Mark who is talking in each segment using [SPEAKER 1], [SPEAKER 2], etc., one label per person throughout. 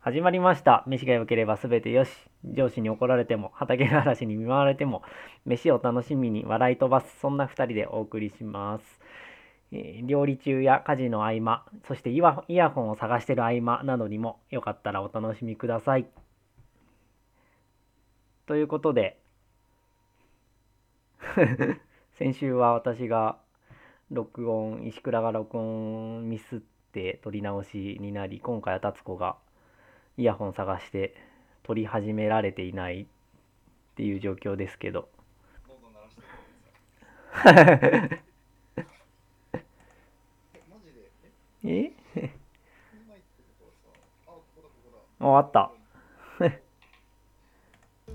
[SPEAKER 1] 始まりました飯が良ければ全てよし上司に怒られても畑の嵐に見舞われても飯を楽しみに笑い飛ばすそんな2人でお送りします、えー料理中や家事の合間そしてイワイヤホンを探してる合間などにもよかったらお楽しみくださいということで 先週は私が録音石倉が録音ミスって撮り直しになり今回は達子がイヤホン探して撮り始められていないっていう状況ですけど
[SPEAKER 2] 喉鳴らしてる えマジでえこん
[SPEAKER 1] え
[SPEAKER 2] ないってことさあここだここだ
[SPEAKER 1] 終わった う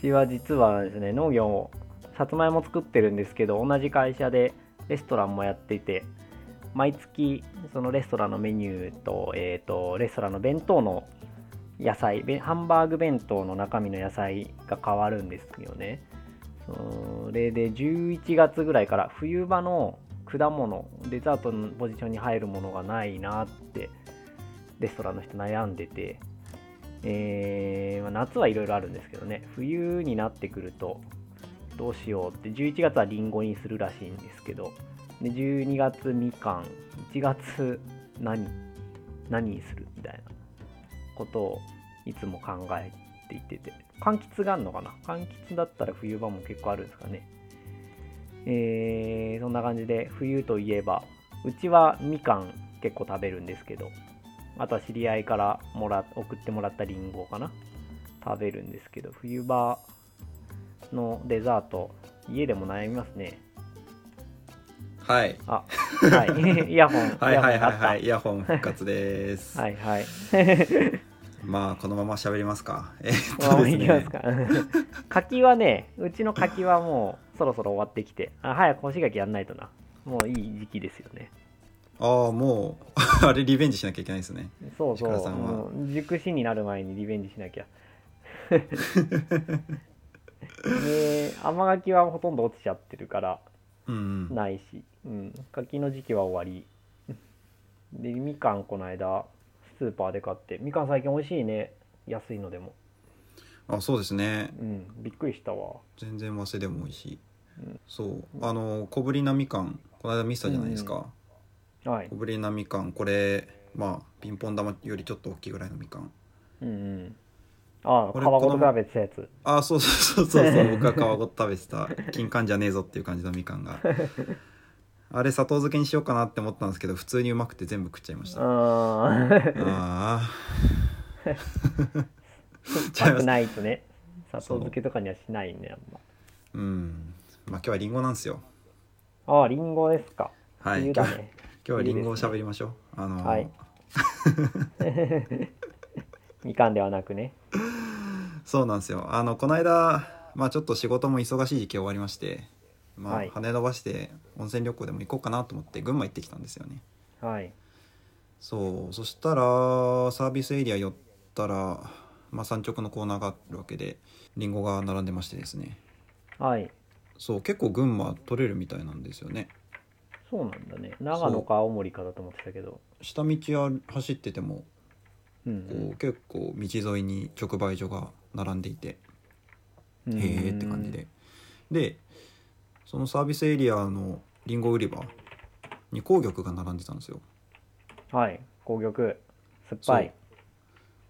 [SPEAKER 1] ちは実はですね農業をさつまいも作ってるんですけど同じ会社でレストランもやっていて毎月そのレストランのメニューと,、えー、とレストランの弁当の野菜べハンバーグ弁当の中身の野菜が変わるんですよねそれで11月ぐらいから冬場の果物デザートのポジションに入るものがないなってレストランの人悩んでてえーまあ夏はいろいろあるんですけどね冬になってくるとどうしようって11月はリンゴにするらしいんですけどで12月みかん1月何何にするみたいなことをいつも考えていてて柑橘があるのかな柑橘だったら冬場も結構あるんですかねえーそんな感じで冬といえばうちはみかん結構食べるんですけどあとは知り合いからもら送ってもらったリンゴかな食べるんですけど冬場のデザート家でも悩みますね
[SPEAKER 3] はい。
[SPEAKER 1] あ はいイヤホン
[SPEAKER 3] はいはいはいは。
[SPEAKER 1] はい
[SPEAKER 3] イ
[SPEAKER 1] い
[SPEAKER 3] ヤホン復活です。
[SPEAKER 1] はいはい
[SPEAKER 3] まあこのまま喋りま すか。え
[SPEAKER 1] この
[SPEAKER 3] ーっ
[SPEAKER 1] ま
[SPEAKER 3] と
[SPEAKER 1] ま
[SPEAKER 3] です
[SPEAKER 1] いきま
[SPEAKER 3] ね
[SPEAKER 1] す。か 柿はねうちの柿はもうそろそろ終わってきてあ早く干し柿やんないとなもういい時期ですよね
[SPEAKER 3] ああもうあれリベンジしなきゃいけないですね。
[SPEAKER 1] そうそう
[SPEAKER 3] 石倉さんは
[SPEAKER 1] うん熟死になる前にリベンジしなきゃ で甘柿はほとんど落ちちゃってるから
[SPEAKER 3] うんうん。
[SPEAKER 1] ないし、うん、柿の時期は終わりでみかんこの間スーパーで買ってみかん最近美味しいね安いのでも
[SPEAKER 3] あそうですね。
[SPEAKER 1] うんびっくりしたわ
[SPEAKER 3] 全然忘れでも美味しい
[SPEAKER 1] うん。
[SPEAKER 3] そうあの小ぶりなみかんこの間見せたじゃないです
[SPEAKER 1] うん
[SPEAKER 3] か。
[SPEAKER 1] はい
[SPEAKER 3] 小ぶりなみかんこれまあピンポン玉よりちょっと大きいぐらいのみかん。
[SPEAKER 1] うんうんああ
[SPEAKER 3] こ
[SPEAKER 1] 皮
[SPEAKER 3] れ
[SPEAKER 1] ご
[SPEAKER 3] ことの
[SPEAKER 1] 比べてたやつ
[SPEAKER 3] あそうそうそう そうそう僕は皮ごと食べてた金柑じゃねえぞっていう感じのみか んがあれ砂糖漬けにしようかなって思ったんですけど普通にうまくて全部食っちゃいまし
[SPEAKER 1] う
[SPEAKER 3] たあ
[SPEAKER 1] ーん
[SPEAKER 3] あ
[SPEAKER 1] 酸っぱくないとね砂糖漬けとかにはしないねあんま
[SPEAKER 3] うんまあ今日はリンゴなんですよ
[SPEAKER 1] あありんごですか
[SPEAKER 3] はい
[SPEAKER 1] 冬だ
[SPEAKER 3] 今日は今
[SPEAKER 1] ね
[SPEAKER 3] 日はリンゴを喋りましょうあのー
[SPEAKER 1] はいみかんではなくね
[SPEAKER 3] そうなんですよあのこの間まあちょっと仕事も忙しい時期終わりましてまあ、
[SPEAKER 1] はい
[SPEAKER 3] 羽伸ばして温泉旅行でも行こうかなと思って群馬行ってきたんですよね
[SPEAKER 1] はい
[SPEAKER 3] そうそしたらサービスエリア寄ったら、まあ、産直のコーナーがあるわけでリンゴが並んでましてですね
[SPEAKER 1] はい
[SPEAKER 3] そう結構群馬取れるみたいなんですよね
[SPEAKER 1] そうなんだね長野か青森かだと思ってたけど
[SPEAKER 3] 下道は走ってても
[SPEAKER 1] う
[SPEAKER 3] こ
[SPEAKER 1] ん
[SPEAKER 3] う結構道沿いに直売所が並んでいて
[SPEAKER 1] うんうん
[SPEAKER 3] へえって感じででそのサービスエリアのリンゴ売り場に紅玉が並んでたんですよ
[SPEAKER 1] はい紅玉酸っぱい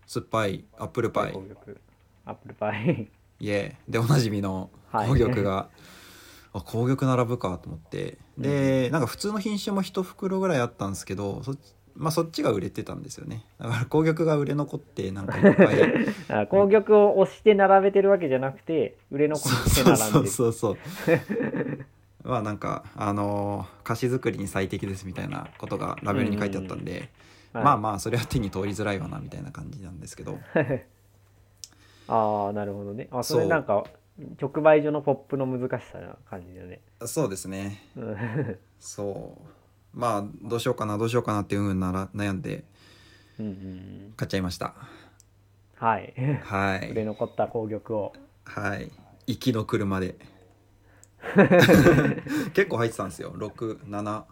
[SPEAKER 3] 酸っぱいアップルパイ
[SPEAKER 1] 紅玉アップルパ イ
[SPEAKER 3] イエーでおなじみの
[SPEAKER 1] はい
[SPEAKER 3] 紅玉が、あ紅玉並ぶかと思ってで、なんか普通の品種も一袋ぐらいあったんですけどそ,、まあ、そっちが売れてたんですよねだから紅玉が売れ残ってなんかいっぱい
[SPEAKER 1] あ紅玉を押して並べてるわけじゃなくて売れ残って
[SPEAKER 3] そう
[SPEAKER 1] 並
[SPEAKER 3] そ
[SPEAKER 1] ん
[SPEAKER 3] う
[SPEAKER 1] でる
[SPEAKER 3] そうそう まあなんかあのー菓子作りに最適ですみたいなことがラベルに書いてあったんで、
[SPEAKER 1] はい
[SPEAKER 3] まあまあそれは手に通りづらいわなみたいな感じなんですけど
[SPEAKER 1] ああなるほどねあそれ
[SPEAKER 3] そう
[SPEAKER 1] なんか直売所のポップの難しさな感じだね
[SPEAKER 3] そうですね
[SPEAKER 1] うん
[SPEAKER 3] そうまあどうしようかなどうしようかなっていうふうになら悩んで
[SPEAKER 1] うんうん
[SPEAKER 3] 買っちゃいました
[SPEAKER 1] はい
[SPEAKER 3] は
[SPEAKER 1] 売れ
[SPEAKER 3] い
[SPEAKER 1] 残った紅玉を
[SPEAKER 3] はい行きの車で結構入ってたんですよ678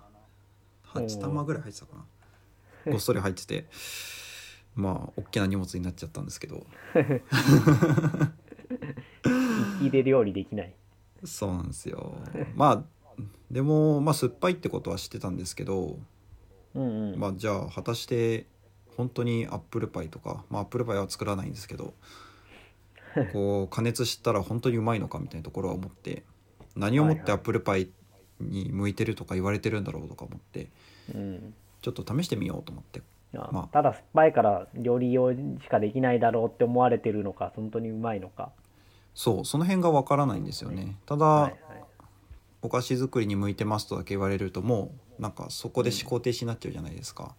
[SPEAKER 3] 玉ぐらい入ってたかなごっそり入っててまあ大きな荷物になっちゃったんですけど
[SPEAKER 1] 粋で料理できない
[SPEAKER 3] そうなんですよまあでもまあ酸っぱいってことは知ってたんですけど、
[SPEAKER 1] うんうん、
[SPEAKER 3] まあ、じゃあ果たして本当にアップルパイとか、まあ、アップルパイは作らないんです けどこう加熱したら本当にうまいのかみたいなところは思って何をもっ
[SPEAKER 1] はい
[SPEAKER 3] て
[SPEAKER 1] は
[SPEAKER 3] ア
[SPEAKER 1] い
[SPEAKER 3] ップルパイに向いてるとか言われてるんだろうとか思って
[SPEAKER 1] うん
[SPEAKER 3] ちょっと試してみようと思って
[SPEAKER 1] いや
[SPEAKER 3] まあ
[SPEAKER 1] ただ酸っぱいから料理用しかできないだろうって思われてるのか本当にうまいのか、
[SPEAKER 3] そうその辺がわからないんですよねただ、
[SPEAKER 1] はいはい、
[SPEAKER 3] お菓子作りに向いてますとだけ言われるともうなんかそこで思考停止になっちゃうじゃないで すか、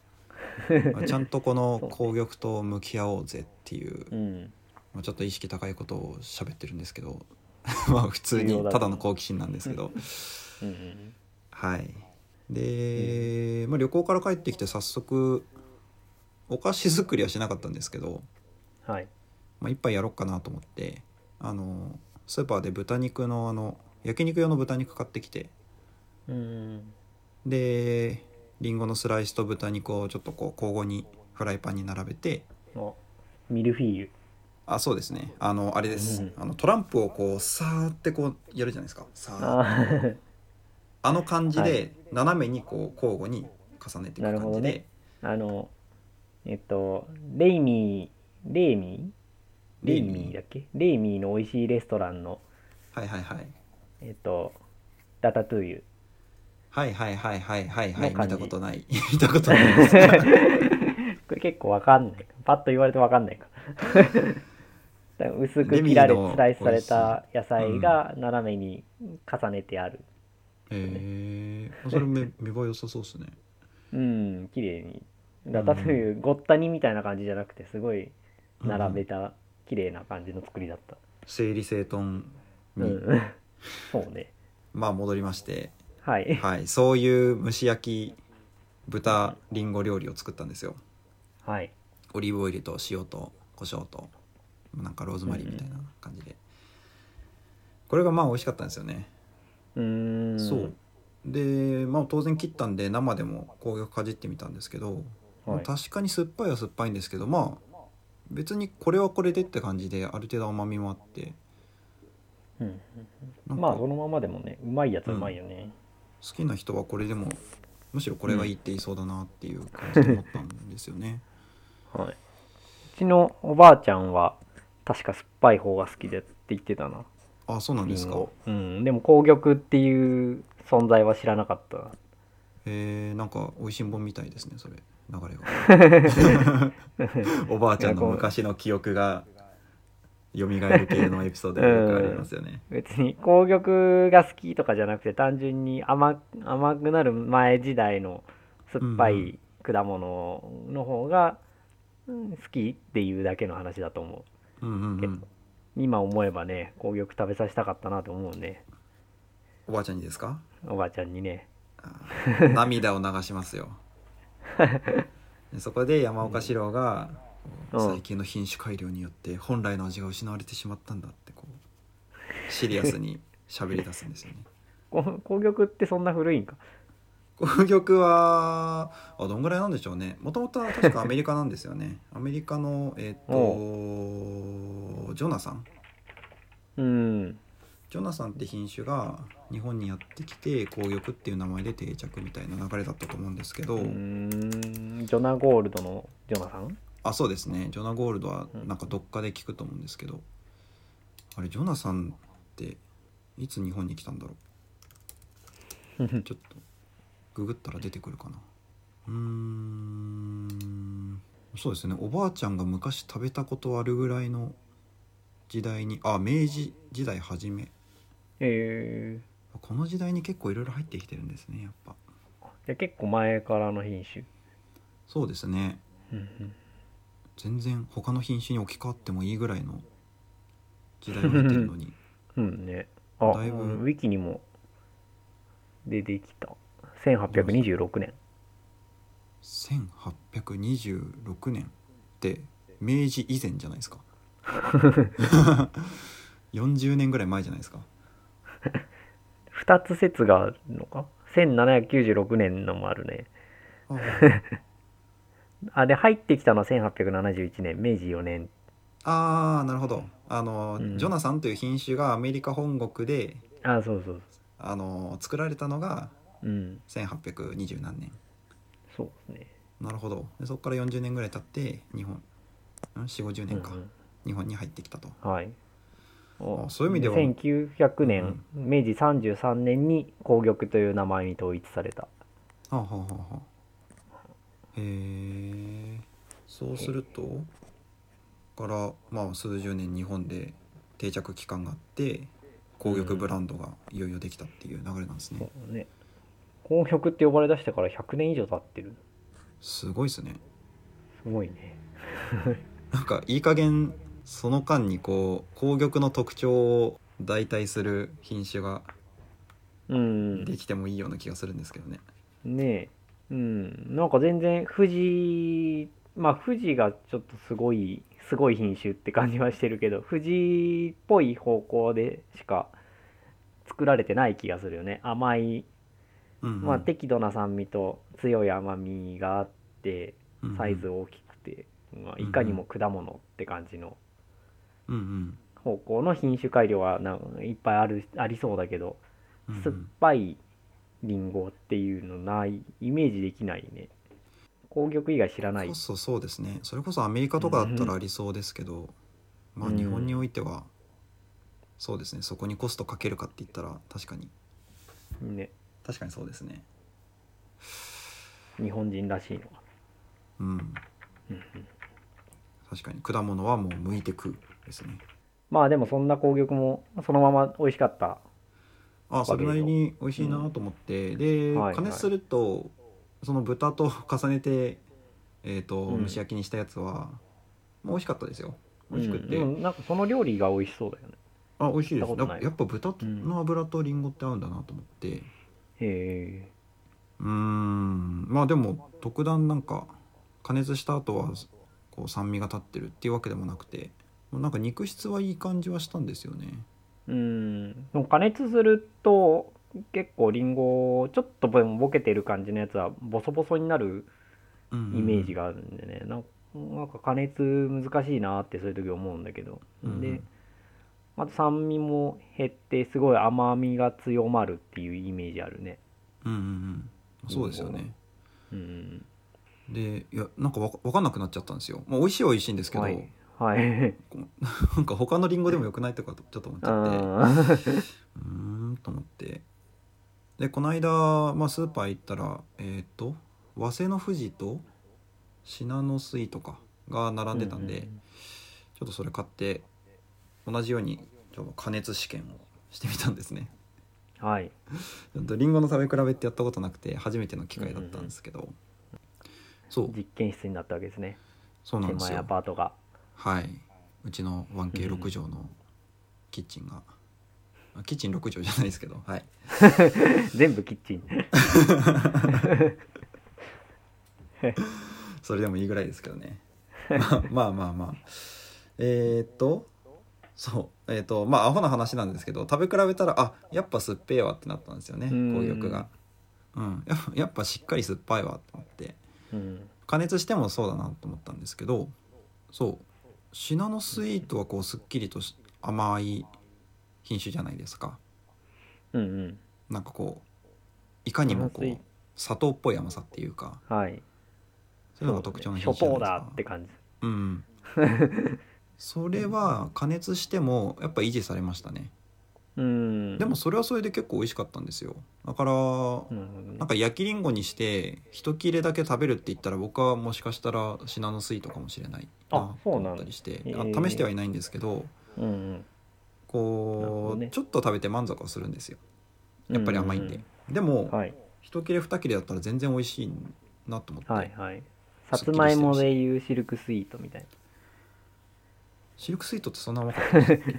[SPEAKER 3] まあちゃんとこの
[SPEAKER 1] そうね
[SPEAKER 3] 紅玉と向き合おうぜっていう
[SPEAKER 1] うん
[SPEAKER 3] まあ、ちょっと意識高いことを喋ってるんですけど まあ普通
[SPEAKER 1] 重要
[SPEAKER 3] に
[SPEAKER 1] だね
[SPEAKER 3] ただの好奇心なんですけど
[SPEAKER 1] うんうん
[SPEAKER 3] はいで、まあ、旅行から帰ってきて早速お菓子作りはしなかったんですけど、
[SPEAKER 1] はい
[SPEAKER 3] まあ、一杯やろうかなと思ってあのスーパーで豚肉のあの焼肉用の豚肉買ってきて
[SPEAKER 1] うん
[SPEAKER 3] でりんごのスライスと豚肉をちょっとこう交互にフライパンに並べて
[SPEAKER 1] おミルフィーユ
[SPEAKER 3] あそうですねあのあれです、
[SPEAKER 1] うん
[SPEAKER 3] あのトランプをこうさーってこうやるじゃないですかさーっ
[SPEAKER 1] あ ー
[SPEAKER 3] あの感じ
[SPEAKER 1] は
[SPEAKER 3] で斜めにこう交互に重ねてい
[SPEAKER 1] なる
[SPEAKER 3] く
[SPEAKER 1] ほ
[SPEAKER 3] 感
[SPEAKER 1] ど
[SPEAKER 3] じで、
[SPEAKER 1] ねあのえっとレイミーレイミーレイミーだっけレイミーの美味しいレストランの
[SPEAKER 3] はいはいはい
[SPEAKER 1] えっとダタトゥー ユ
[SPEAKER 3] はいはいはいはいはいはい
[SPEAKER 1] の感
[SPEAKER 3] 見
[SPEAKER 1] じ
[SPEAKER 3] たことない 見たことな いです
[SPEAKER 1] これ結構わかんないパッと言われてわかんないか だから薄く切られ
[SPEAKER 3] レミの
[SPEAKER 1] スライスされた野菜が斜めに重ねてある
[SPEAKER 3] えー、そ れめ見栄え良さそうですね
[SPEAKER 1] うん綺麗にだからというごったにみたいな感じじゃなくてすごい並べた綺麗な感じの作りだった
[SPEAKER 3] 整理整頓
[SPEAKER 1] う
[SPEAKER 3] に、
[SPEAKER 1] ん、 そうね
[SPEAKER 3] まあ戻りまして
[SPEAKER 1] はい
[SPEAKER 3] はいそういう蒸し焼き豚りんご料理を作ったんですよ
[SPEAKER 1] はい
[SPEAKER 3] オリーブオイルと塩と胡椒となんかローズマリーみたいな感じで、これがまあ美味しかったんですよね
[SPEAKER 1] うーん
[SPEAKER 3] そうでまあ当然切ったんで生でも紅玉かじってみたんですけど、まあ
[SPEAKER 1] はい、
[SPEAKER 3] 確かに酸っぱいは酸っぱいんですけどまあ別にこれはこれでって感じである程度甘みもあって
[SPEAKER 1] うん、
[SPEAKER 3] なん
[SPEAKER 1] まあ
[SPEAKER 3] か
[SPEAKER 1] そ
[SPEAKER 3] 好
[SPEAKER 1] のままでもねうまいやつはうまいよね、
[SPEAKER 3] きな人はこれでもむしろこれがいいって言いそうだなっ ていう感じで思ったんですよね
[SPEAKER 1] はいうちのおばあちゃんは確か酸っぱい方が好きでって言ってたな
[SPEAKER 3] あそうなん
[SPEAKER 1] リ
[SPEAKER 3] です
[SPEAKER 1] ン
[SPEAKER 3] か
[SPEAKER 1] ゴうんでも紅玉っていう存在は知らなか った
[SPEAKER 3] えー、なんか美味しんぼみたいですねそれ流れが おばあちゃんの昔の記憶が蘇る系のエピソードがよくありますよね、
[SPEAKER 1] 別に紅玉が好きとかじゃなくて単純に甘甘くなる前時代の酸っぱ
[SPEAKER 3] うんう
[SPEAKER 1] い果物の方がうん好きっていうだけの話だと思
[SPEAKER 3] うんうんうん
[SPEAKER 1] う今思えばね紅玉食べさせたかったなと思うね
[SPEAKER 3] おばあちゃんにですか
[SPEAKER 1] おばあちゃんにね
[SPEAKER 3] あー涙を流しますよでそこで山岡四郎が
[SPEAKER 1] うん
[SPEAKER 3] 最近の品種改良によって本来の味が失われてしまったんだってこうシリアスに喋り出すんです よね
[SPEAKER 1] こ紅玉ってそんな古いんか
[SPEAKER 3] 紅玉はあどんぐらいなんでしょうねもともとは確かアメリカなんですよねアメリカのえっ、とジョナサン
[SPEAKER 1] うん
[SPEAKER 3] ジョナサンって品種が日本にやってきて紅玉っていう名前で定着みたいな流れだったと思うんですけど、
[SPEAKER 1] うーんジョナ・ゴールドのジョナさ ん
[SPEAKER 3] あそうですねジョナ・ゴールドはなんかどっかで聞くと思うんですけど、あれジョナさんっていつ日本に来たんだろうちょっとググったら出てくるかなうーんそうですねおばあちゃんが昔食べたことあるぐらいの時代にあ明治時代初め
[SPEAKER 1] え
[SPEAKER 3] この時代に結構いろいろ入ってきてるんですねやっぱ
[SPEAKER 1] ー、じゃあ結構前からの品種
[SPEAKER 3] そうですね
[SPEAKER 1] うんうん
[SPEAKER 3] 全然他の品種に置き換わってもいいぐらいの時代に入ってるのに
[SPEAKER 1] うんね。あ、
[SPEAKER 3] だいぶ
[SPEAKER 1] うんウィキにも出てきた。1826年。
[SPEAKER 3] 1826年って明治以前じゃないで すか40年ぐらい前じゃないですか
[SPEAKER 1] 2つ説があるのか ?1796 年のもあるね。
[SPEAKER 3] ああ
[SPEAKER 1] あ、で、入ってきたのは1871年、明治4年。
[SPEAKER 3] ああなるほどあの、
[SPEAKER 1] うん
[SPEAKER 3] ジョナサンという品種がアメリカ本国で
[SPEAKER 1] あ、そうそう
[SPEAKER 3] あの作られたのが
[SPEAKER 1] そう。うん。
[SPEAKER 3] 1820何年
[SPEAKER 1] そうですね。
[SPEAKER 3] なるほどでそこから40年ぐらい経って日本4 5 0年か、
[SPEAKER 1] うんうん
[SPEAKER 3] 日本に入ってきたと
[SPEAKER 1] はい。
[SPEAKER 3] あそういう意味では
[SPEAKER 1] 1900年、明治33年に紅玉という名前に統一された。
[SPEAKER 3] はあはあはあはあへえそうするとからまあ数十年日本で定着期間があって紅玉ブランドがいよいよできたっていう流れなんですね、
[SPEAKER 1] そうね。紅玉って呼ばれ出してから100年以上経ってる。
[SPEAKER 3] すごいですね
[SPEAKER 1] すごいね。
[SPEAKER 3] なんかいい加減その間にこう紅玉の特徴を代替する品種が
[SPEAKER 1] うん。
[SPEAKER 3] できてもいいような気がするんですけどね、
[SPEAKER 1] ねえ、うん、なんか全然富士、まあ富士がちょっとすごい、すごい品種って感じはしてるけど、富士っぽい方向でしか作られてない気がするよね。甘い、
[SPEAKER 3] うんうん
[SPEAKER 1] まあ適度な酸味と強い甘みがあって、サイズ大きくて、まあいかにも果物って感じの
[SPEAKER 3] うんうん
[SPEAKER 1] 方向の品種改良はないっぱいある、ありそうだけど、
[SPEAKER 3] うんうん
[SPEAKER 1] 酸っぱいリンゴっていうのないイメージできないね紅玉以外知らない
[SPEAKER 3] そうそうそうですねそれこそアメリカとかだったらありそうですけど、まあ
[SPEAKER 1] うん
[SPEAKER 3] 日本においてはそうですねそこにコストかけるかって言ったら確かに
[SPEAKER 1] ね
[SPEAKER 3] 確かにそうですね
[SPEAKER 1] 日本人らしいのが
[SPEAKER 3] うん
[SPEAKER 1] うんうん
[SPEAKER 3] 確かに果物はもう剥いて食うですね
[SPEAKER 1] まあでもそんな紅玉もそのまま美味しかった
[SPEAKER 3] あそれなりに美味しいなと思って、で、
[SPEAKER 1] はいはい
[SPEAKER 3] 加熱するとその豚と 重ねて、えーと
[SPEAKER 1] うん
[SPEAKER 3] 蒸し焼きにしたやつは、まあ、美味しかったですよ美味しくって、
[SPEAKER 1] うんうんなんかその料理が美味しそうだよね
[SPEAKER 3] あ美味しいで
[SPEAKER 1] 食
[SPEAKER 3] す
[SPEAKER 1] ったこ
[SPEAKER 3] や
[SPEAKER 1] とない
[SPEAKER 3] っやっぱ豚の脂とリンゴって合うんだなと思って、
[SPEAKER 1] へ
[SPEAKER 3] うーんまあでも特段なんか加熱した後はこう酸味が立ってるっていうわけでもなくてもうなんか肉質はいい感じはしたんですよね
[SPEAKER 1] えうんでも加熱すると結構りんごちょっとでもボケてる感じのやつはボソボソになる
[SPEAKER 3] イ
[SPEAKER 1] イメージがあるんでね、なんかなんか加熱難しいなってそういう時思うんだけど、
[SPEAKER 3] うん
[SPEAKER 1] であと酸味も減ってすごい甘みが強まるっていうイメージあるね
[SPEAKER 3] うんうんうんそうですよね
[SPEAKER 1] うん
[SPEAKER 3] でいやなんかわかわかんなくなっちゃったんですよ、まあ、美味しいは美味しいんですけど、
[SPEAKER 1] はいはい
[SPEAKER 3] こうなんか他のリンゴでもよくないとかとちょっと思っちゃって
[SPEAKER 1] あ
[SPEAKER 3] うーんと思ってでこの間、まあ、スーパー行ったらえっ、と早生の富士と信濃水とかが並んでたんで、ちょっとそれ買って同じようにちょっと加熱試験をしてみたんですね
[SPEAKER 1] ーはい
[SPEAKER 3] ちょっとリンゴの食べ比べってやったことなくて初めての機会だったんですけど、そう
[SPEAKER 1] 実験室になったわけですね
[SPEAKER 3] そうな
[SPEAKER 1] 手
[SPEAKER 3] んです
[SPEAKER 1] 前ア
[SPEAKER 3] よ
[SPEAKER 1] パートが
[SPEAKER 3] はいうちの
[SPEAKER 1] うん
[SPEAKER 3] 1K6 畳のキッチンが、あキッチン6畳じゃないですけどはい
[SPEAKER 1] 全部キッチン
[SPEAKER 3] それでもいいぐらいですけ どねまあまあまあまあえー、っとそうえーっとまあアホな話なんですけど食べ比べたらあやっぱ酸っぱいわってなったんですよね
[SPEAKER 1] うん
[SPEAKER 3] 紅玉がうんやっぱやっぱしっかり酸っぱいわと思って
[SPEAKER 1] うん
[SPEAKER 3] 加熱してもそうだなと思ったんですけどそうシナノスイートはこうすっきりとし甘い品種じゃないですか
[SPEAKER 1] うんうん
[SPEAKER 3] なんかこういかにもこ
[SPEAKER 1] シナノ
[SPEAKER 3] う
[SPEAKER 1] スイ
[SPEAKER 3] 砂糖っぽい甘さっていうか
[SPEAKER 1] はい
[SPEAKER 3] そういうのが特徴の
[SPEAKER 1] 初
[SPEAKER 3] 品種じゃな
[SPEAKER 1] 歩
[SPEAKER 3] いです
[SPEAKER 1] だ
[SPEAKER 3] か
[SPEAKER 1] って感じ
[SPEAKER 3] うん それは加熱してもやっぱ維持されましたね
[SPEAKER 1] うん
[SPEAKER 3] でもそれはそれで結構美味しかったんですよだから
[SPEAKER 1] なるほどね
[SPEAKER 3] なんか焼きりんごにして一切れだけ食べるって言ったら僕はもしかしたらシナノスイートかもしれない
[SPEAKER 1] あ
[SPEAKER 3] なと
[SPEAKER 1] そうなん
[SPEAKER 3] 思ったりして
[SPEAKER 1] へ
[SPEAKER 3] あ
[SPEAKER 1] ー
[SPEAKER 3] 試してはいないんですけど
[SPEAKER 1] うんうんなるほ
[SPEAKER 3] こ
[SPEAKER 1] ど
[SPEAKER 3] う
[SPEAKER 1] ね
[SPEAKER 3] ちょっと食べて満足はするんですよやっぱり甘いん
[SPEAKER 1] う
[SPEAKER 3] で
[SPEAKER 1] う
[SPEAKER 3] でも
[SPEAKER 1] はい
[SPEAKER 3] 一切れ二切れだったら全然美味しいなと思っ
[SPEAKER 1] はい
[SPEAKER 3] て
[SPEAKER 1] はいさ
[SPEAKER 3] す
[SPEAKER 1] つ
[SPEAKER 3] っきりしてるし
[SPEAKER 1] まいもでいうシルクスイートみたいな
[SPEAKER 3] シルクスイートってそんな甘かったんですっけ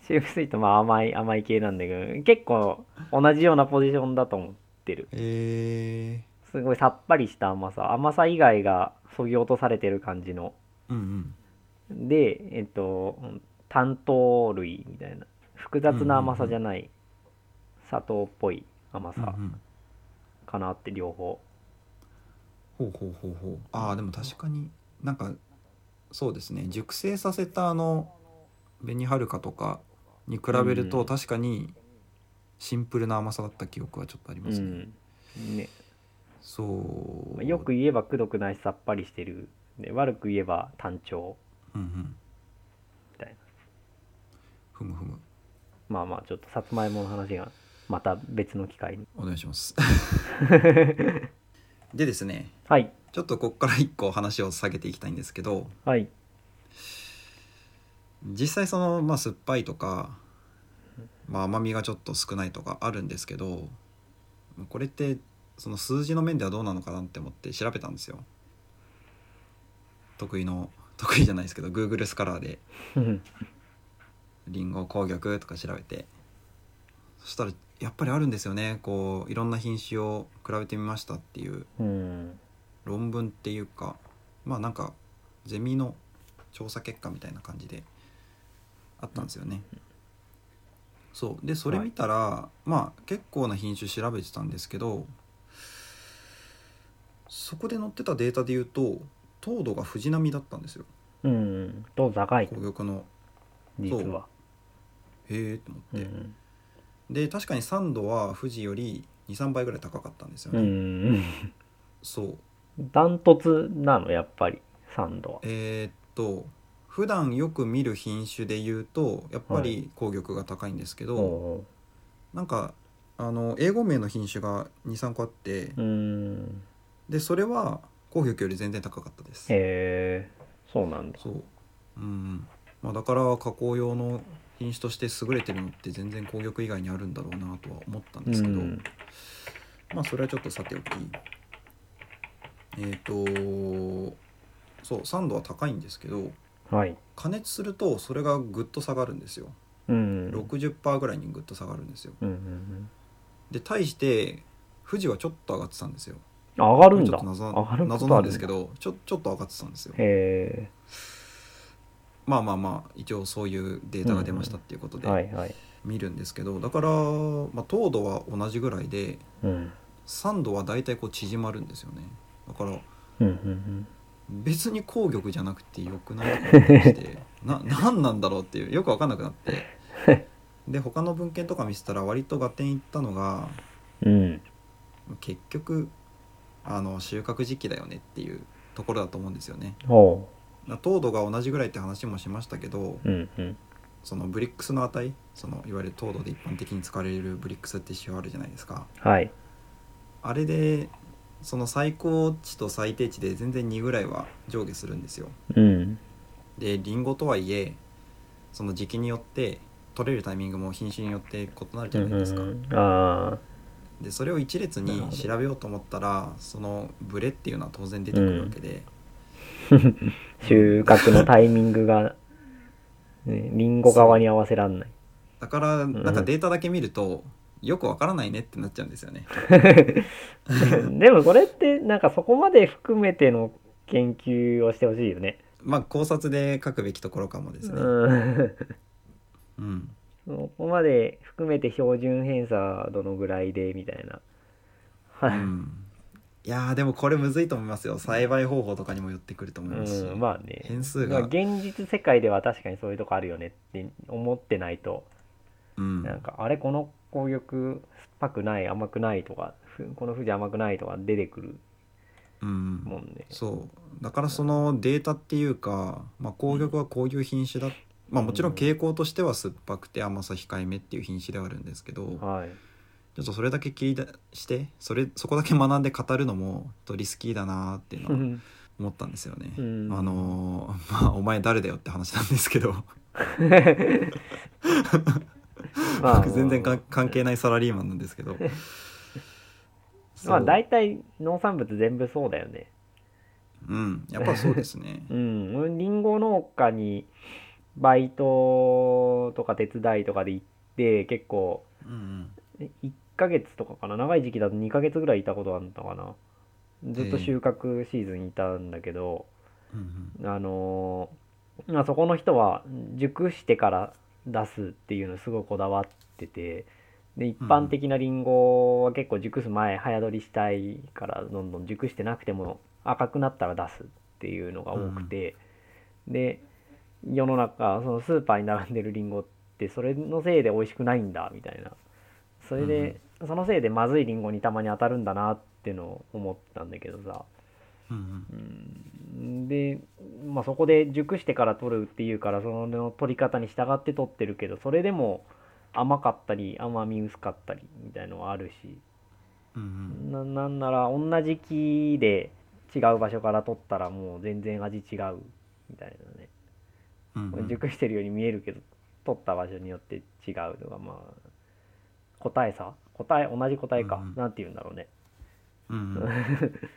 [SPEAKER 1] シルクスイートまあ甘い甘い系なんだけど結構同じようなポジションだと思ってる
[SPEAKER 3] え
[SPEAKER 1] すごいさっぱりした甘さ甘さ以外がそぎ落とされてる感じの
[SPEAKER 3] ー、うんうん
[SPEAKER 1] でえっと単糖類みたいな複雑な甘さじゃない、砂糖っぽい甘
[SPEAKER 3] うんう
[SPEAKER 1] さ
[SPEAKER 3] ん
[SPEAKER 1] かなって両方、
[SPEAKER 3] ほうほうほうほうああでも確かになんかそうですね熟成させたあの紅はるかとかに比べる
[SPEAKER 1] う
[SPEAKER 3] と
[SPEAKER 1] ん
[SPEAKER 3] 確かにシンプルな甘さだった記憶はちょっとあり
[SPEAKER 1] う
[SPEAKER 3] ますね、
[SPEAKER 1] んね
[SPEAKER 3] そう、
[SPEAKER 1] まあよく言えばくどくないしさっぱりしてるで悪く言えば単調
[SPEAKER 3] うんうん
[SPEAKER 1] みたいな
[SPEAKER 3] ふむふむ
[SPEAKER 1] まあまあちょっとさつまいもの話がまた別の機会に
[SPEAKER 3] お願いします でですね
[SPEAKER 1] はい
[SPEAKER 3] ちょっとここから一個話を下げていきたいんですけど
[SPEAKER 1] はい
[SPEAKER 3] 実際その、まあ、酸っぱいとか、まあ、甘みがちょっと少ないとかあるんですけどこれってその数字の面ではどうなのかなって思って調べたんですよ得意の得意じゃないですけど Google スカラーでリンゴ紅玉とか調べてそしたらやっぱりあるんですよねこういろんな品種を比べてみましたっていう
[SPEAKER 1] うん
[SPEAKER 3] 論文っていうかまあなんかゼミの調査結果みたいな感じであったんですよね。そうでそれ見たら、まあ結構な品種調べてたんですけどそこで載ってたデータで言うと糖度が藤波だったんですよ
[SPEAKER 1] うんと高い
[SPEAKER 3] 紅玉の。
[SPEAKER 1] 実は
[SPEAKER 3] へえと思っ
[SPEAKER 1] う
[SPEAKER 3] て、
[SPEAKER 1] ん
[SPEAKER 3] で確かに酸度は富士より23倍ぐらい高かったんですよ
[SPEAKER 1] う
[SPEAKER 3] ね。
[SPEAKER 1] ん
[SPEAKER 3] そう
[SPEAKER 1] ダントツなのやっぱりサンドは
[SPEAKER 3] えーっと普段よく見る品種で言うとやっぱり紅玉が高いんですけど、
[SPEAKER 1] おう
[SPEAKER 3] なんかあの英語名の品種が23個あって、
[SPEAKER 1] うん
[SPEAKER 3] でそれは紅玉より全然高かったです。
[SPEAKER 1] へえそうなんだ
[SPEAKER 3] そううんまあ、だから加工用の品種として優れてるのって全然紅玉以外にあるんだろうなとは思ったんですけど、
[SPEAKER 1] うん
[SPEAKER 3] まあそれはちょっとさておきえーっ、とそう酸度は高いんですけど
[SPEAKER 1] はい
[SPEAKER 3] 加熱するとそれがぐっと下がるんですよ
[SPEAKER 1] うん
[SPEAKER 3] 60%ぐらいにぐっと下がるんですよ
[SPEAKER 1] うんうんうん
[SPEAKER 3] で対して富士はちょっと上がってたんですよ
[SPEAKER 1] 上がるん
[SPEAKER 3] ちょ
[SPEAKER 1] だ
[SPEAKER 3] っと謎
[SPEAKER 1] 上がることあるんだ
[SPEAKER 3] 謎なんですけどちょちょっと上がってたんですよ
[SPEAKER 1] へ
[SPEAKER 3] まあまあまあ一応そういうデータが出ましたっていうこと
[SPEAKER 1] えは
[SPEAKER 3] で
[SPEAKER 1] いはい
[SPEAKER 3] 見るんですけど、だから、まあ、糖度は同じぐらいで
[SPEAKER 1] うん
[SPEAKER 3] 酸度は大体こう縮まるんですよねだから
[SPEAKER 1] うんうん
[SPEAKER 3] 別に紅玉じゃなくてよくないとか思ってきて な何なんだろうっていうよく分かんなくなって で他の文献とか見せたら割と合点いったのが
[SPEAKER 1] うんうん
[SPEAKER 3] 結局あの収穫時期だよねっていうところだと思うんですよね。
[SPEAKER 1] ほ
[SPEAKER 3] だ糖度が同じぐらいって話もしましたけど
[SPEAKER 1] ううんうん
[SPEAKER 3] そのブリックスの値そのいわゆる糖度で一般的に使われるブリックスって指標あるじゃないですか
[SPEAKER 1] はい
[SPEAKER 3] あれでその最高値と最低値で全然2ぐらいは上下するんですよ。
[SPEAKER 1] うん
[SPEAKER 3] でリンゴとはいえその時期によって取れるタイミングも品種によって異なるじゃないですか。
[SPEAKER 1] うんうんうんあ
[SPEAKER 3] でそれを一列に調べようと思ったらそのブレっていうのは当然出てくるわけで、
[SPEAKER 1] あ収穫のタイミングが、ね、リンゴ側に合わせらん ない
[SPEAKER 3] だからなんかデータだけ見るとよくわからないねってなっちゃうんですよね。
[SPEAKER 1] でもこれってなんかそこまで含めての研究をしてほしいよね
[SPEAKER 3] まあ考察で書くべきところかもですね。
[SPEAKER 1] うん
[SPEAKER 3] うん、
[SPEAKER 1] そこまで含めて標準偏差どのぐらいでみたいな
[SPEAKER 3] う
[SPEAKER 1] は
[SPEAKER 3] ん、いやーでもこれむずいと思いますよ栽培方法とかにもよってくると
[SPEAKER 1] い、
[SPEAKER 3] 思いますし、
[SPEAKER 1] うん、まあね
[SPEAKER 3] 変数
[SPEAKER 1] まあ
[SPEAKER 3] が、
[SPEAKER 1] 現実世界では確かにそういうとこあるよねって思ってないと
[SPEAKER 3] うん、
[SPEAKER 1] なんかあれこの紅玉酸っぱくない甘くないとかふこの富士甘くないとか出てくる
[SPEAKER 3] うん、
[SPEAKER 1] もんね
[SPEAKER 3] そうだからそのデータっていうか、まあ、紅玉はこういう品種だ、まあ、もちろん傾向としては酸っぱくて甘さ控えめっていう品種ではあるんですけど、
[SPEAKER 1] はい
[SPEAKER 3] ちょっとそれだけ切りだしてそれそこだけ学んで語るのもちょっとリスキーだなーっていうのは 思ったんですよね。
[SPEAKER 1] うん
[SPEAKER 3] あのーまあお前誰だよって話なんですけ ど、
[SPEAKER 1] まあ
[SPEAKER 3] 僕全然か関係ないサラリーマンなんですけど。
[SPEAKER 1] まあ
[SPEAKER 3] だ
[SPEAKER 1] 大体農産物全部そうだよね
[SPEAKER 3] うんやっぱそうですね。
[SPEAKER 1] うんリンゴ農家にバイトとか手伝いとかで行って結構
[SPEAKER 3] うんうん
[SPEAKER 1] え1ヶ月とかかな長い時期だと2ヶ月ぐらいいたことあるのかなずっと収穫シーズンいたんだけど、
[SPEAKER 3] うんうん
[SPEAKER 1] あのーまあ、そこの人は熟してから出すっていうのすごいこだわっててで一般的なリンゴは結構熟す前早取りしたいからどんどん熟してなくても赤くなったら出すっていうのが多くて、で世の中そのスーパーに並んでるリンゴってそれのせいで美味しくないんだみたいなそれで、そのせいでまずいリンゴにたまに当たるんだなってのを思ったんだけどさ、
[SPEAKER 3] うん
[SPEAKER 1] うんで、まあ、そこで熟してから取るっていうからその取り方に従って取ってるけどそれでも甘かったり甘み薄かったりみたいのはあるし
[SPEAKER 3] うんうん
[SPEAKER 1] ななんなら同じ木で違う場所から取ったらもう全然味違うみたいなね、
[SPEAKER 3] うんうん
[SPEAKER 1] 熟してるように見えるけど取った場所によって違うのがまあ答えさ答え同じ答えか、
[SPEAKER 3] うんうん
[SPEAKER 1] なんて言うんだろうね
[SPEAKER 3] うんうん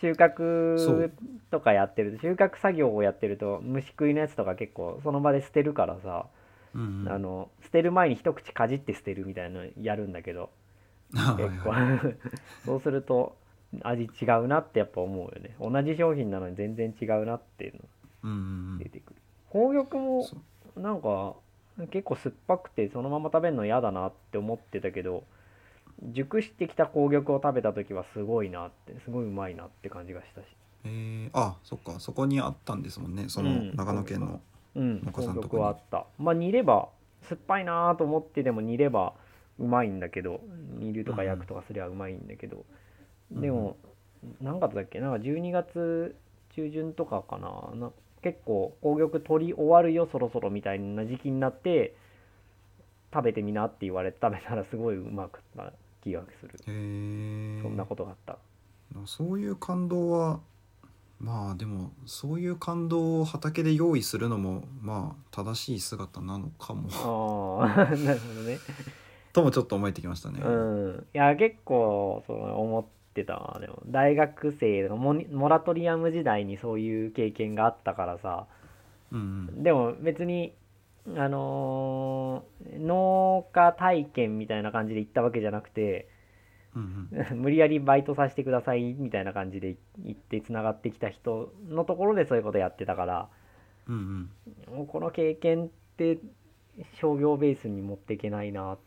[SPEAKER 1] 収
[SPEAKER 3] そ
[SPEAKER 1] 穫
[SPEAKER 3] う
[SPEAKER 1] とかやってると収穫作業をやってると虫食いのやつとか結構その場で捨てるからさ、
[SPEAKER 3] うんうん
[SPEAKER 1] あの捨てる前に一口かじって捨てるみたいなのやるんだけど
[SPEAKER 3] はい
[SPEAKER 1] 結
[SPEAKER 3] はい
[SPEAKER 1] 構 そうすると味違うなってやっぱ思うよね同じ商品なのに全然違うなっていうの
[SPEAKER 3] うんうん
[SPEAKER 1] 出てくる紅玉
[SPEAKER 3] うん
[SPEAKER 1] も
[SPEAKER 3] そう
[SPEAKER 1] なんか結構酸っぱくてそのまま食べるの嫌だなって思ってたけど熟してきた紅玉を食べた時はすごいなってすごいうまいなって感じがしたし
[SPEAKER 3] えーあそっかそこにあったんですもんねその
[SPEAKER 1] うん
[SPEAKER 3] 長野県の
[SPEAKER 1] うん、
[SPEAKER 3] 農家さんとかに
[SPEAKER 1] 僕はあったまあ煮れば酸っぱいなと思ってでも煮ればうまいんだけど煮るとか焼くとかすればうまいんだけど、
[SPEAKER 3] うん
[SPEAKER 1] でも何月だっけなんか12月中旬とかかなな結構紅玉取り終わるよそろそろみたいな時期になって食べてみなって言われて食べたらすごいうまくな気がする
[SPEAKER 3] へえ
[SPEAKER 1] そんなことがあった
[SPEAKER 3] そういう感動はまあでもそういう感動を畑で用意するのもまあ正しい姿なのかも
[SPEAKER 1] あ あ なるほどね
[SPEAKER 3] ともちょっと思えてきましたね。
[SPEAKER 1] うん、いや結構そう思ってたわでも大学生のモニモラトリアム時代にそういう経験があったからさ
[SPEAKER 3] うん
[SPEAKER 1] でも別にあのー農家体験みたいな感じで行ったわけじゃなくて
[SPEAKER 3] うんうん
[SPEAKER 1] 無理やりバイトさせてくださいみたいな感じで行ってつながってきた人のところでそういうことやってたから
[SPEAKER 3] うんうん
[SPEAKER 1] もうこの経験って商業ベースに持っていけないな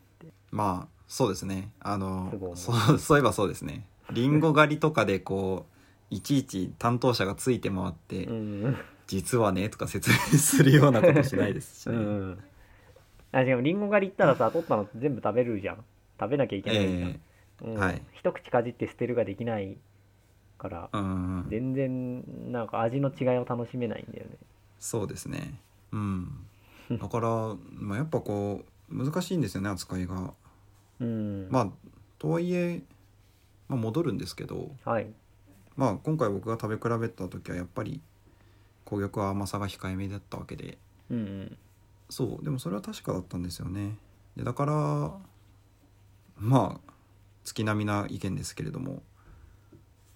[SPEAKER 3] まあそうですねあの
[SPEAKER 1] すごい思う
[SPEAKER 3] そうそういえばそうですねりんご狩りとかでこういちいち担当者がついて回って「
[SPEAKER 1] うん
[SPEAKER 3] 実はね」とか説明するようなことしないですし
[SPEAKER 1] う
[SPEAKER 3] ね、
[SPEAKER 1] ん、あしかもリンゴ狩り行ったらさ取ったの全部食べるじゃん食べなきゃいけないじゃん、
[SPEAKER 3] え
[SPEAKER 1] うん
[SPEAKER 3] はい
[SPEAKER 1] 一口かじって捨てるができないから、
[SPEAKER 3] えうん
[SPEAKER 1] 全然なんか味の違いを楽しめないんだよね
[SPEAKER 3] そうですねうんだから、まあ、やっぱこう難しいんですよね扱いが
[SPEAKER 1] うん
[SPEAKER 3] まあとはいえ、まあ、戻るんですけど、
[SPEAKER 1] はい
[SPEAKER 3] まあ、今回僕が食べ比べた時はやっぱり紅玉は甘さが控えめだったわけで
[SPEAKER 1] うんうん
[SPEAKER 3] そうでもそれは確かだったんですよねでだからまあ月並みな意見ですけれども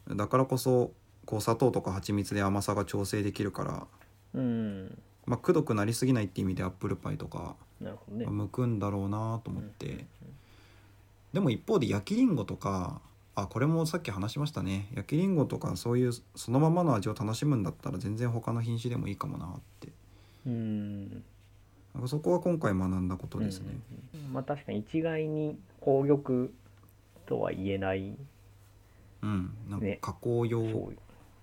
[SPEAKER 3] だからこそこう砂糖とか蜂蜜で甘さが調整できるから、
[SPEAKER 1] うん
[SPEAKER 3] まあ、くどくなりすぎないって意味でアップルパイとか
[SPEAKER 1] なるほどね
[SPEAKER 3] 向くんだろうなと思ってでも一方で焼きりんごとかあこれもさっき話しましたね焼きりんごとかそういうそのままの味を楽しむんだったら全然他の品種でもいいかもなって
[SPEAKER 1] うん
[SPEAKER 3] なんかそこは今回学んだことですね、
[SPEAKER 1] うんうんまあ確かに一概に紅玉とは言えない
[SPEAKER 3] うん、なんか
[SPEAKER 1] ね
[SPEAKER 3] 加工用、
[SPEAKER 1] そ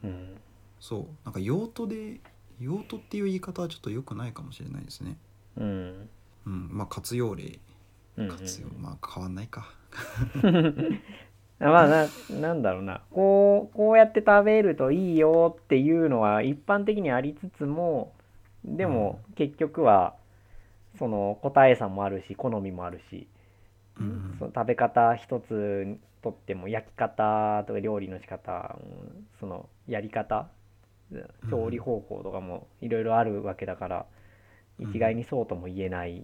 [SPEAKER 1] ううん
[SPEAKER 3] そうなんか用途で用途っていう言い方はちょっと良くないかもしれないですね、
[SPEAKER 1] うん
[SPEAKER 3] うん、まあ活用例
[SPEAKER 1] うんうん
[SPEAKER 3] 活用まあ変わんないか
[SPEAKER 1] まあななんだろうなこうこうやって食べるといいよっていうのは一般的にありつつもでも結局はその個体差もあるし好みもあるし、
[SPEAKER 3] うん
[SPEAKER 1] その食べ方一つとっても焼き方とか料理の仕方うんそのやり方調理方法とかもいろいろあるわけだから、
[SPEAKER 3] うん
[SPEAKER 1] 一概にそうとも言えないっ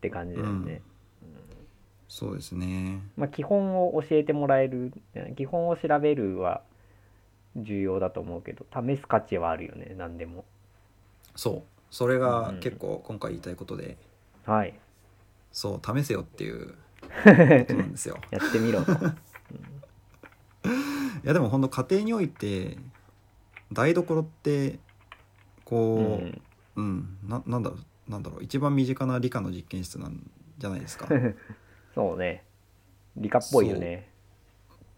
[SPEAKER 1] て感じだよね。
[SPEAKER 3] うんそうですね
[SPEAKER 1] まあ、基本を教えてもらえる基本を調べるは重要だと思うけど試す価値はあるよね何でも
[SPEAKER 3] そうそれ
[SPEAKER 1] う
[SPEAKER 3] が
[SPEAKER 1] ん
[SPEAKER 3] 結構今回言いたいことで
[SPEAKER 1] はい
[SPEAKER 3] そう試せよっていうことな んですよ
[SPEAKER 1] やってみ ろと
[SPEAKER 3] いやでもほんと家庭において台所って
[SPEAKER 1] う
[SPEAKER 3] こ
[SPEAKER 1] ん
[SPEAKER 3] ううん、ななんだろうなんだろう一番身近な理科の実 験室なんじゃないですか
[SPEAKER 1] そうね理科っぽいよね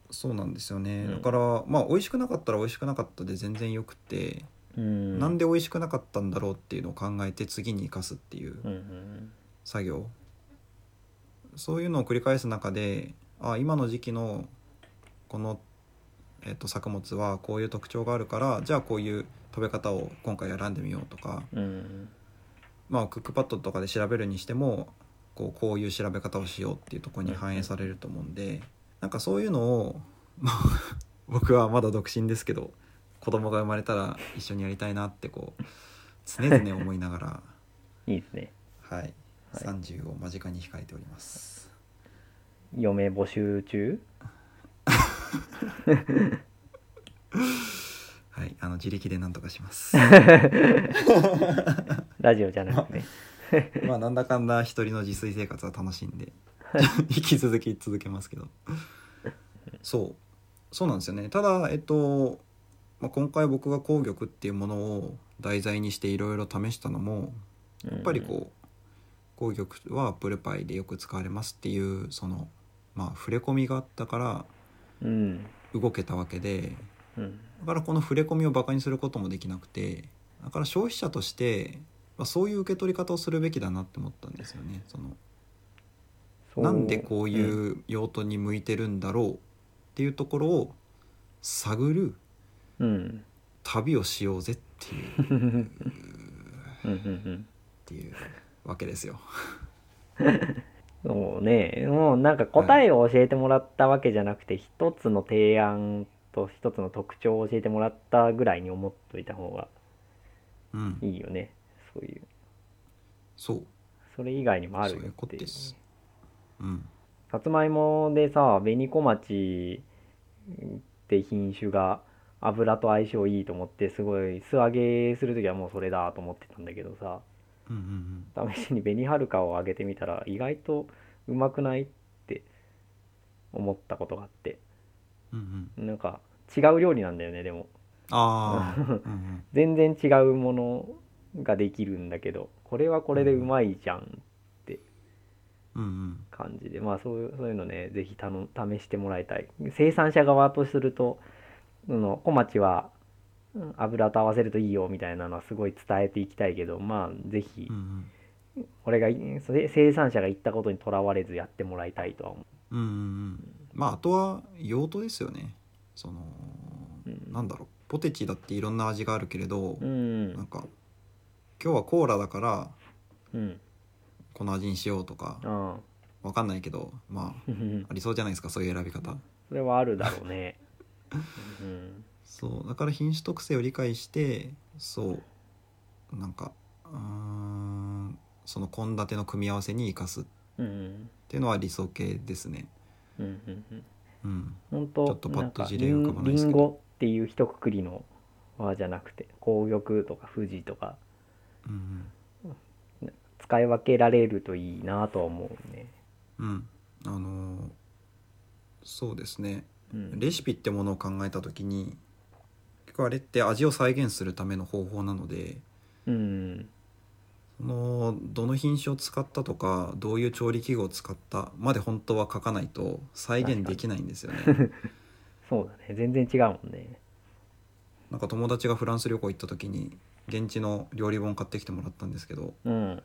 [SPEAKER 3] そうなんですよね、
[SPEAKER 1] うん
[SPEAKER 3] だからまあ美味しくなかったら美味しくなかったで全然よくて、
[SPEAKER 1] うん
[SPEAKER 3] なんで美味しくなかったんだろうっていうのを考えて次に生かすっていう
[SPEAKER 1] うんうん
[SPEAKER 3] 作業、そういうのを繰り返す中であ今の時期のこの、えっと作物はこういう特徴があるからじゃあこういう食べ方を今回選んでみようとか、
[SPEAKER 1] うん
[SPEAKER 3] まあ、クックパッドとかで調べるにしてもこうこういう調べ方をしようっていうところに反映されると思うんでなんかそういうのを まあ僕はまだ独身ですけど子供が生まれたら一緒にやりたいなってこう常々思いながら
[SPEAKER 1] いいですね
[SPEAKER 3] はい30を間近に控えております。
[SPEAKER 1] 嫁募集 中
[SPEAKER 3] はい、あの自力で何とかし ます。
[SPEAKER 1] ラジオじゃなくてね
[SPEAKER 3] まあなんだかんだ一人の自炊生活は楽しいんで 引き続き続けますけどそうそうなんですよねただえっと、まあ、今回僕が紅玉っていうものを題材にしていろいろ試したのも
[SPEAKER 1] や
[SPEAKER 3] やっぱりこう紅玉はプルパイでよく使われますっていうそのまあ触れ込みがあったから
[SPEAKER 1] うんうん、
[SPEAKER 3] 動けたわけで
[SPEAKER 1] うん
[SPEAKER 3] だからこの触れ込みをバカにすることもできなくてだから消費者として、まあ、そういう受け取り方をするべきだなって思ったんですよね。その
[SPEAKER 1] そう
[SPEAKER 3] なんでこう
[SPEAKER 1] うん
[SPEAKER 3] いう用途に向いてるんだろうっていうところを探る
[SPEAKER 1] うん
[SPEAKER 3] 旅をしようぜっていうっ
[SPEAKER 1] うんうん
[SPEAKER 3] ていうわけですよ。
[SPEAKER 1] うんそうねもうなんか答えを教えてもらったわけじゃなくて、一つの提案と一つの特徴を教えてもらったぐらいに思っといた方が
[SPEAKER 3] うん、
[SPEAKER 1] いいよねそういう
[SPEAKER 3] そう
[SPEAKER 1] それ以外にもある
[SPEAKER 3] そう
[SPEAKER 1] よ
[SPEAKER 3] いうこ
[SPEAKER 1] っ
[SPEAKER 3] と
[SPEAKER 1] ていう
[SPEAKER 3] です。うん、
[SPEAKER 1] さつまいもでさ紅小町って品種が油と相性いいと思ってすごい素揚げする時はもうそれだと思ってたんだけどさ
[SPEAKER 3] うんうん
[SPEAKER 1] 試しに紅はるかを揚げてみたら意外とうまくないって思ったことがあって
[SPEAKER 3] うんうんうん
[SPEAKER 1] なんか違う料理なんだよねでも
[SPEAKER 3] ああ、うん
[SPEAKER 1] 全然違うものができるんだけどこれはこれでうまいじゃん
[SPEAKER 3] うん、うんうん
[SPEAKER 1] 感じでまあそういうそういうのねぜひたの試してもらいたい生産者側とするとその小町はうん油と合わせるといいよみたいなのはすごい伝えていきたいけどまあぜひ
[SPEAKER 3] うんうん
[SPEAKER 1] これがそれ生産者が言ったことにとらわれずやってもらいたいとは思
[SPEAKER 3] うんうんうんまああとは用途ですよねその、
[SPEAKER 1] うん
[SPEAKER 3] なんだろうポテチだっていろんな味があるけれど、
[SPEAKER 1] うう
[SPEAKER 3] なん
[SPEAKER 1] ん
[SPEAKER 3] か今日はコーラだから
[SPEAKER 1] うん
[SPEAKER 3] この味にしようとか
[SPEAKER 1] あ
[SPEAKER 3] わかんないけどまあ
[SPEAKER 1] あ
[SPEAKER 3] ありそうじゃないですかそういう選び方、
[SPEAKER 1] それはあるだろうねうん
[SPEAKER 3] そうだから品種特性を理解してそうなんかうーんその献立の組み合わせに生かすっ
[SPEAKER 1] うん
[SPEAKER 3] ていうのは理想形ですね
[SPEAKER 1] うんうんうん
[SPEAKER 3] うん
[SPEAKER 1] 本
[SPEAKER 3] ちょ
[SPEAKER 1] 当
[SPEAKER 3] っと
[SPEAKER 1] な
[SPEAKER 3] パ
[SPEAKER 1] ん
[SPEAKER 3] ッと
[SPEAKER 1] か
[SPEAKER 3] 事例浮かばな
[SPEAKER 1] リ
[SPEAKER 3] いです
[SPEAKER 1] ン
[SPEAKER 3] けど
[SPEAKER 1] ゴっていう一括りの輪じゃなくて紅玉とか富士とか
[SPEAKER 3] うん
[SPEAKER 1] 使い分けられるといいなとは思うね。
[SPEAKER 3] うん、うん、あのーそうですね
[SPEAKER 1] うん、
[SPEAKER 3] レシピってものを考えた時に結構あれって味を再現するための方法なので
[SPEAKER 1] うん、
[SPEAKER 3] そのどの品種を使ったとかどういう調理器具を使ったまで本当は書かないと再現できないんですよね
[SPEAKER 1] そうだね全然違うもんね。
[SPEAKER 3] なんか友達がフランス旅行行った時に現地の料理本買ってきてもらったんですけど
[SPEAKER 1] うん、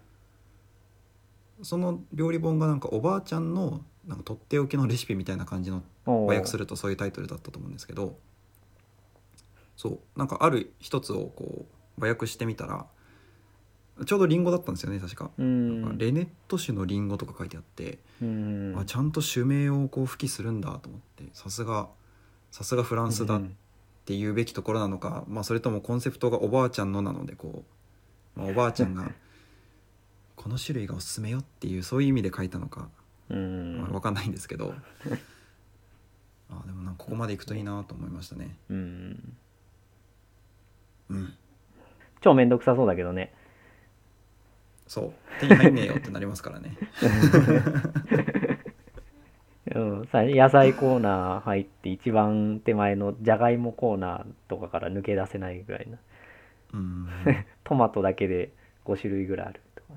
[SPEAKER 3] その料理本がなんかおばあちゃんのなんかとっておきのレシピみたいな感じの
[SPEAKER 1] お
[SPEAKER 3] 和訳す
[SPEAKER 1] る。
[SPEAKER 3] るとそういうタイトルだったと思うんですけどそうなんかある一つをこう和訳してみたらちょうどリンゴだったんですよね確か、
[SPEAKER 1] う
[SPEAKER 3] なんか
[SPEAKER 1] ん、
[SPEAKER 3] レネット種のリンゴとか書いてあって、
[SPEAKER 1] うん、
[SPEAKER 3] あちゃんと種名をこう付記するんだと思ってさすがさすがフランスだ
[SPEAKER 1] う
[SPEAKER 3] っ
[SPEAKER 1] ん
[SPEAKER 3] て言うべきところなのか、まあ、それともコンセプトがおばあちゃんのなのでこう、まあおばあちゃ んがこの種類がおすすめよっていうそういう意味で書いたのか
[SPEAKER 1] うん
[SPEAKER 3] まあ、分かんないんですけどあでもなんかここまでいくといいなと思いましたね
[SPEAKER 1] うん、
[SPEAKER 3] うん
[SPEAKER 1] 超めんどくさそうだけどね。
[SPEAKER 3] そう手に入んねえよってなりますからね
[SPEAKER 1] うん、さ野菜コーナー入って一番手前のじゃがいもコーナーとかから抜け出せないぐらいな
[SPEAKER 3] うん
[SPEAKER 1] トマトだけで5種類ぐらいあるとか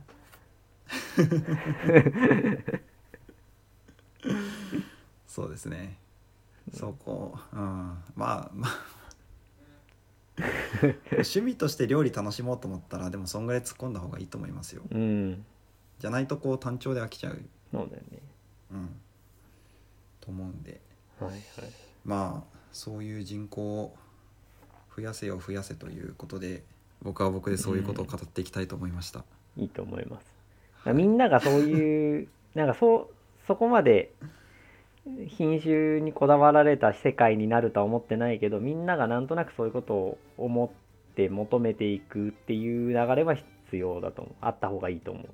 [SPEAKER 3] そうですねそこうんまあまあ趣味として料理楽しもうと思ったらでもそんぐらい突っ込んだ方がいいと思いますよ
[SPEAKER 1] うん
[SPEAKER 3] じゃないとこう単調で飽きちゃう
[SPEAKER 1] そうだよね
[SPEAKER 3] うんと思うんで
[SPEAKER 1] はいはい
[SPEAKER 3] まあそういう人口を増やせよ増やせということで僕は僕でそういうことを語っていきたいと思いました、
[SPEAKER 1] いいと思いますだからみんながそういうなんかそうそこまで品種にこだわられた世界になるとは思ってないけどみんながなんとなくそういうことを思って求めていくっていう流れは必要だと思うあった方がいいと思う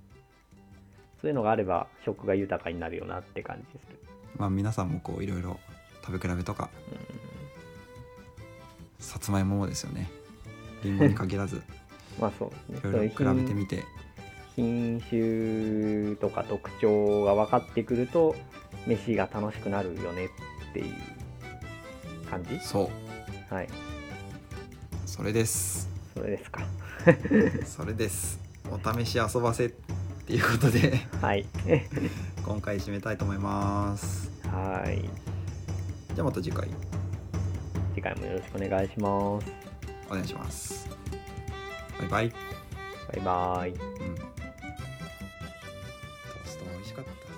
[SPEAKER 1] そういうのがあれば食が豊かになるよなって感じする
[SPEAKER 3] まあ皆さんもこういろいろ食べ比べとかさつまいももですよねりんごに限らず
[SPEAKER 1] まあそうです
[SPEAKER 3] いろ
[SPEAKER 1] ねそうい
[SPEAKER 3] いうろ比べて
[SPEAKER 1] 品
[SPEAKER 3] みて
[SPEAKER 1] 品種とか特徴が分かってくると飯が楽しくなるよねっていう感じ
[SPEAKER 3] そう
[SPEAKER 1] はい
[SPEAKER 3] それです
[SPEAKER 1] それですか
[SPEAKER 3] それですお試し遊ばせっていうことで
[SPEAKER 1] はい
[SPEAKER 3] 今回締めたいと思います
[SPEAKER 1] はい
[SPEAKER 3] じゃあまた次回
[SPEAKER 1] 次回もよろしくお願いします
[SPEAKER 3] お願いしますバイバイ、うん、ト
[SPEAKER 1] バイバイ
[SPEAKER 3] ースト美味しかった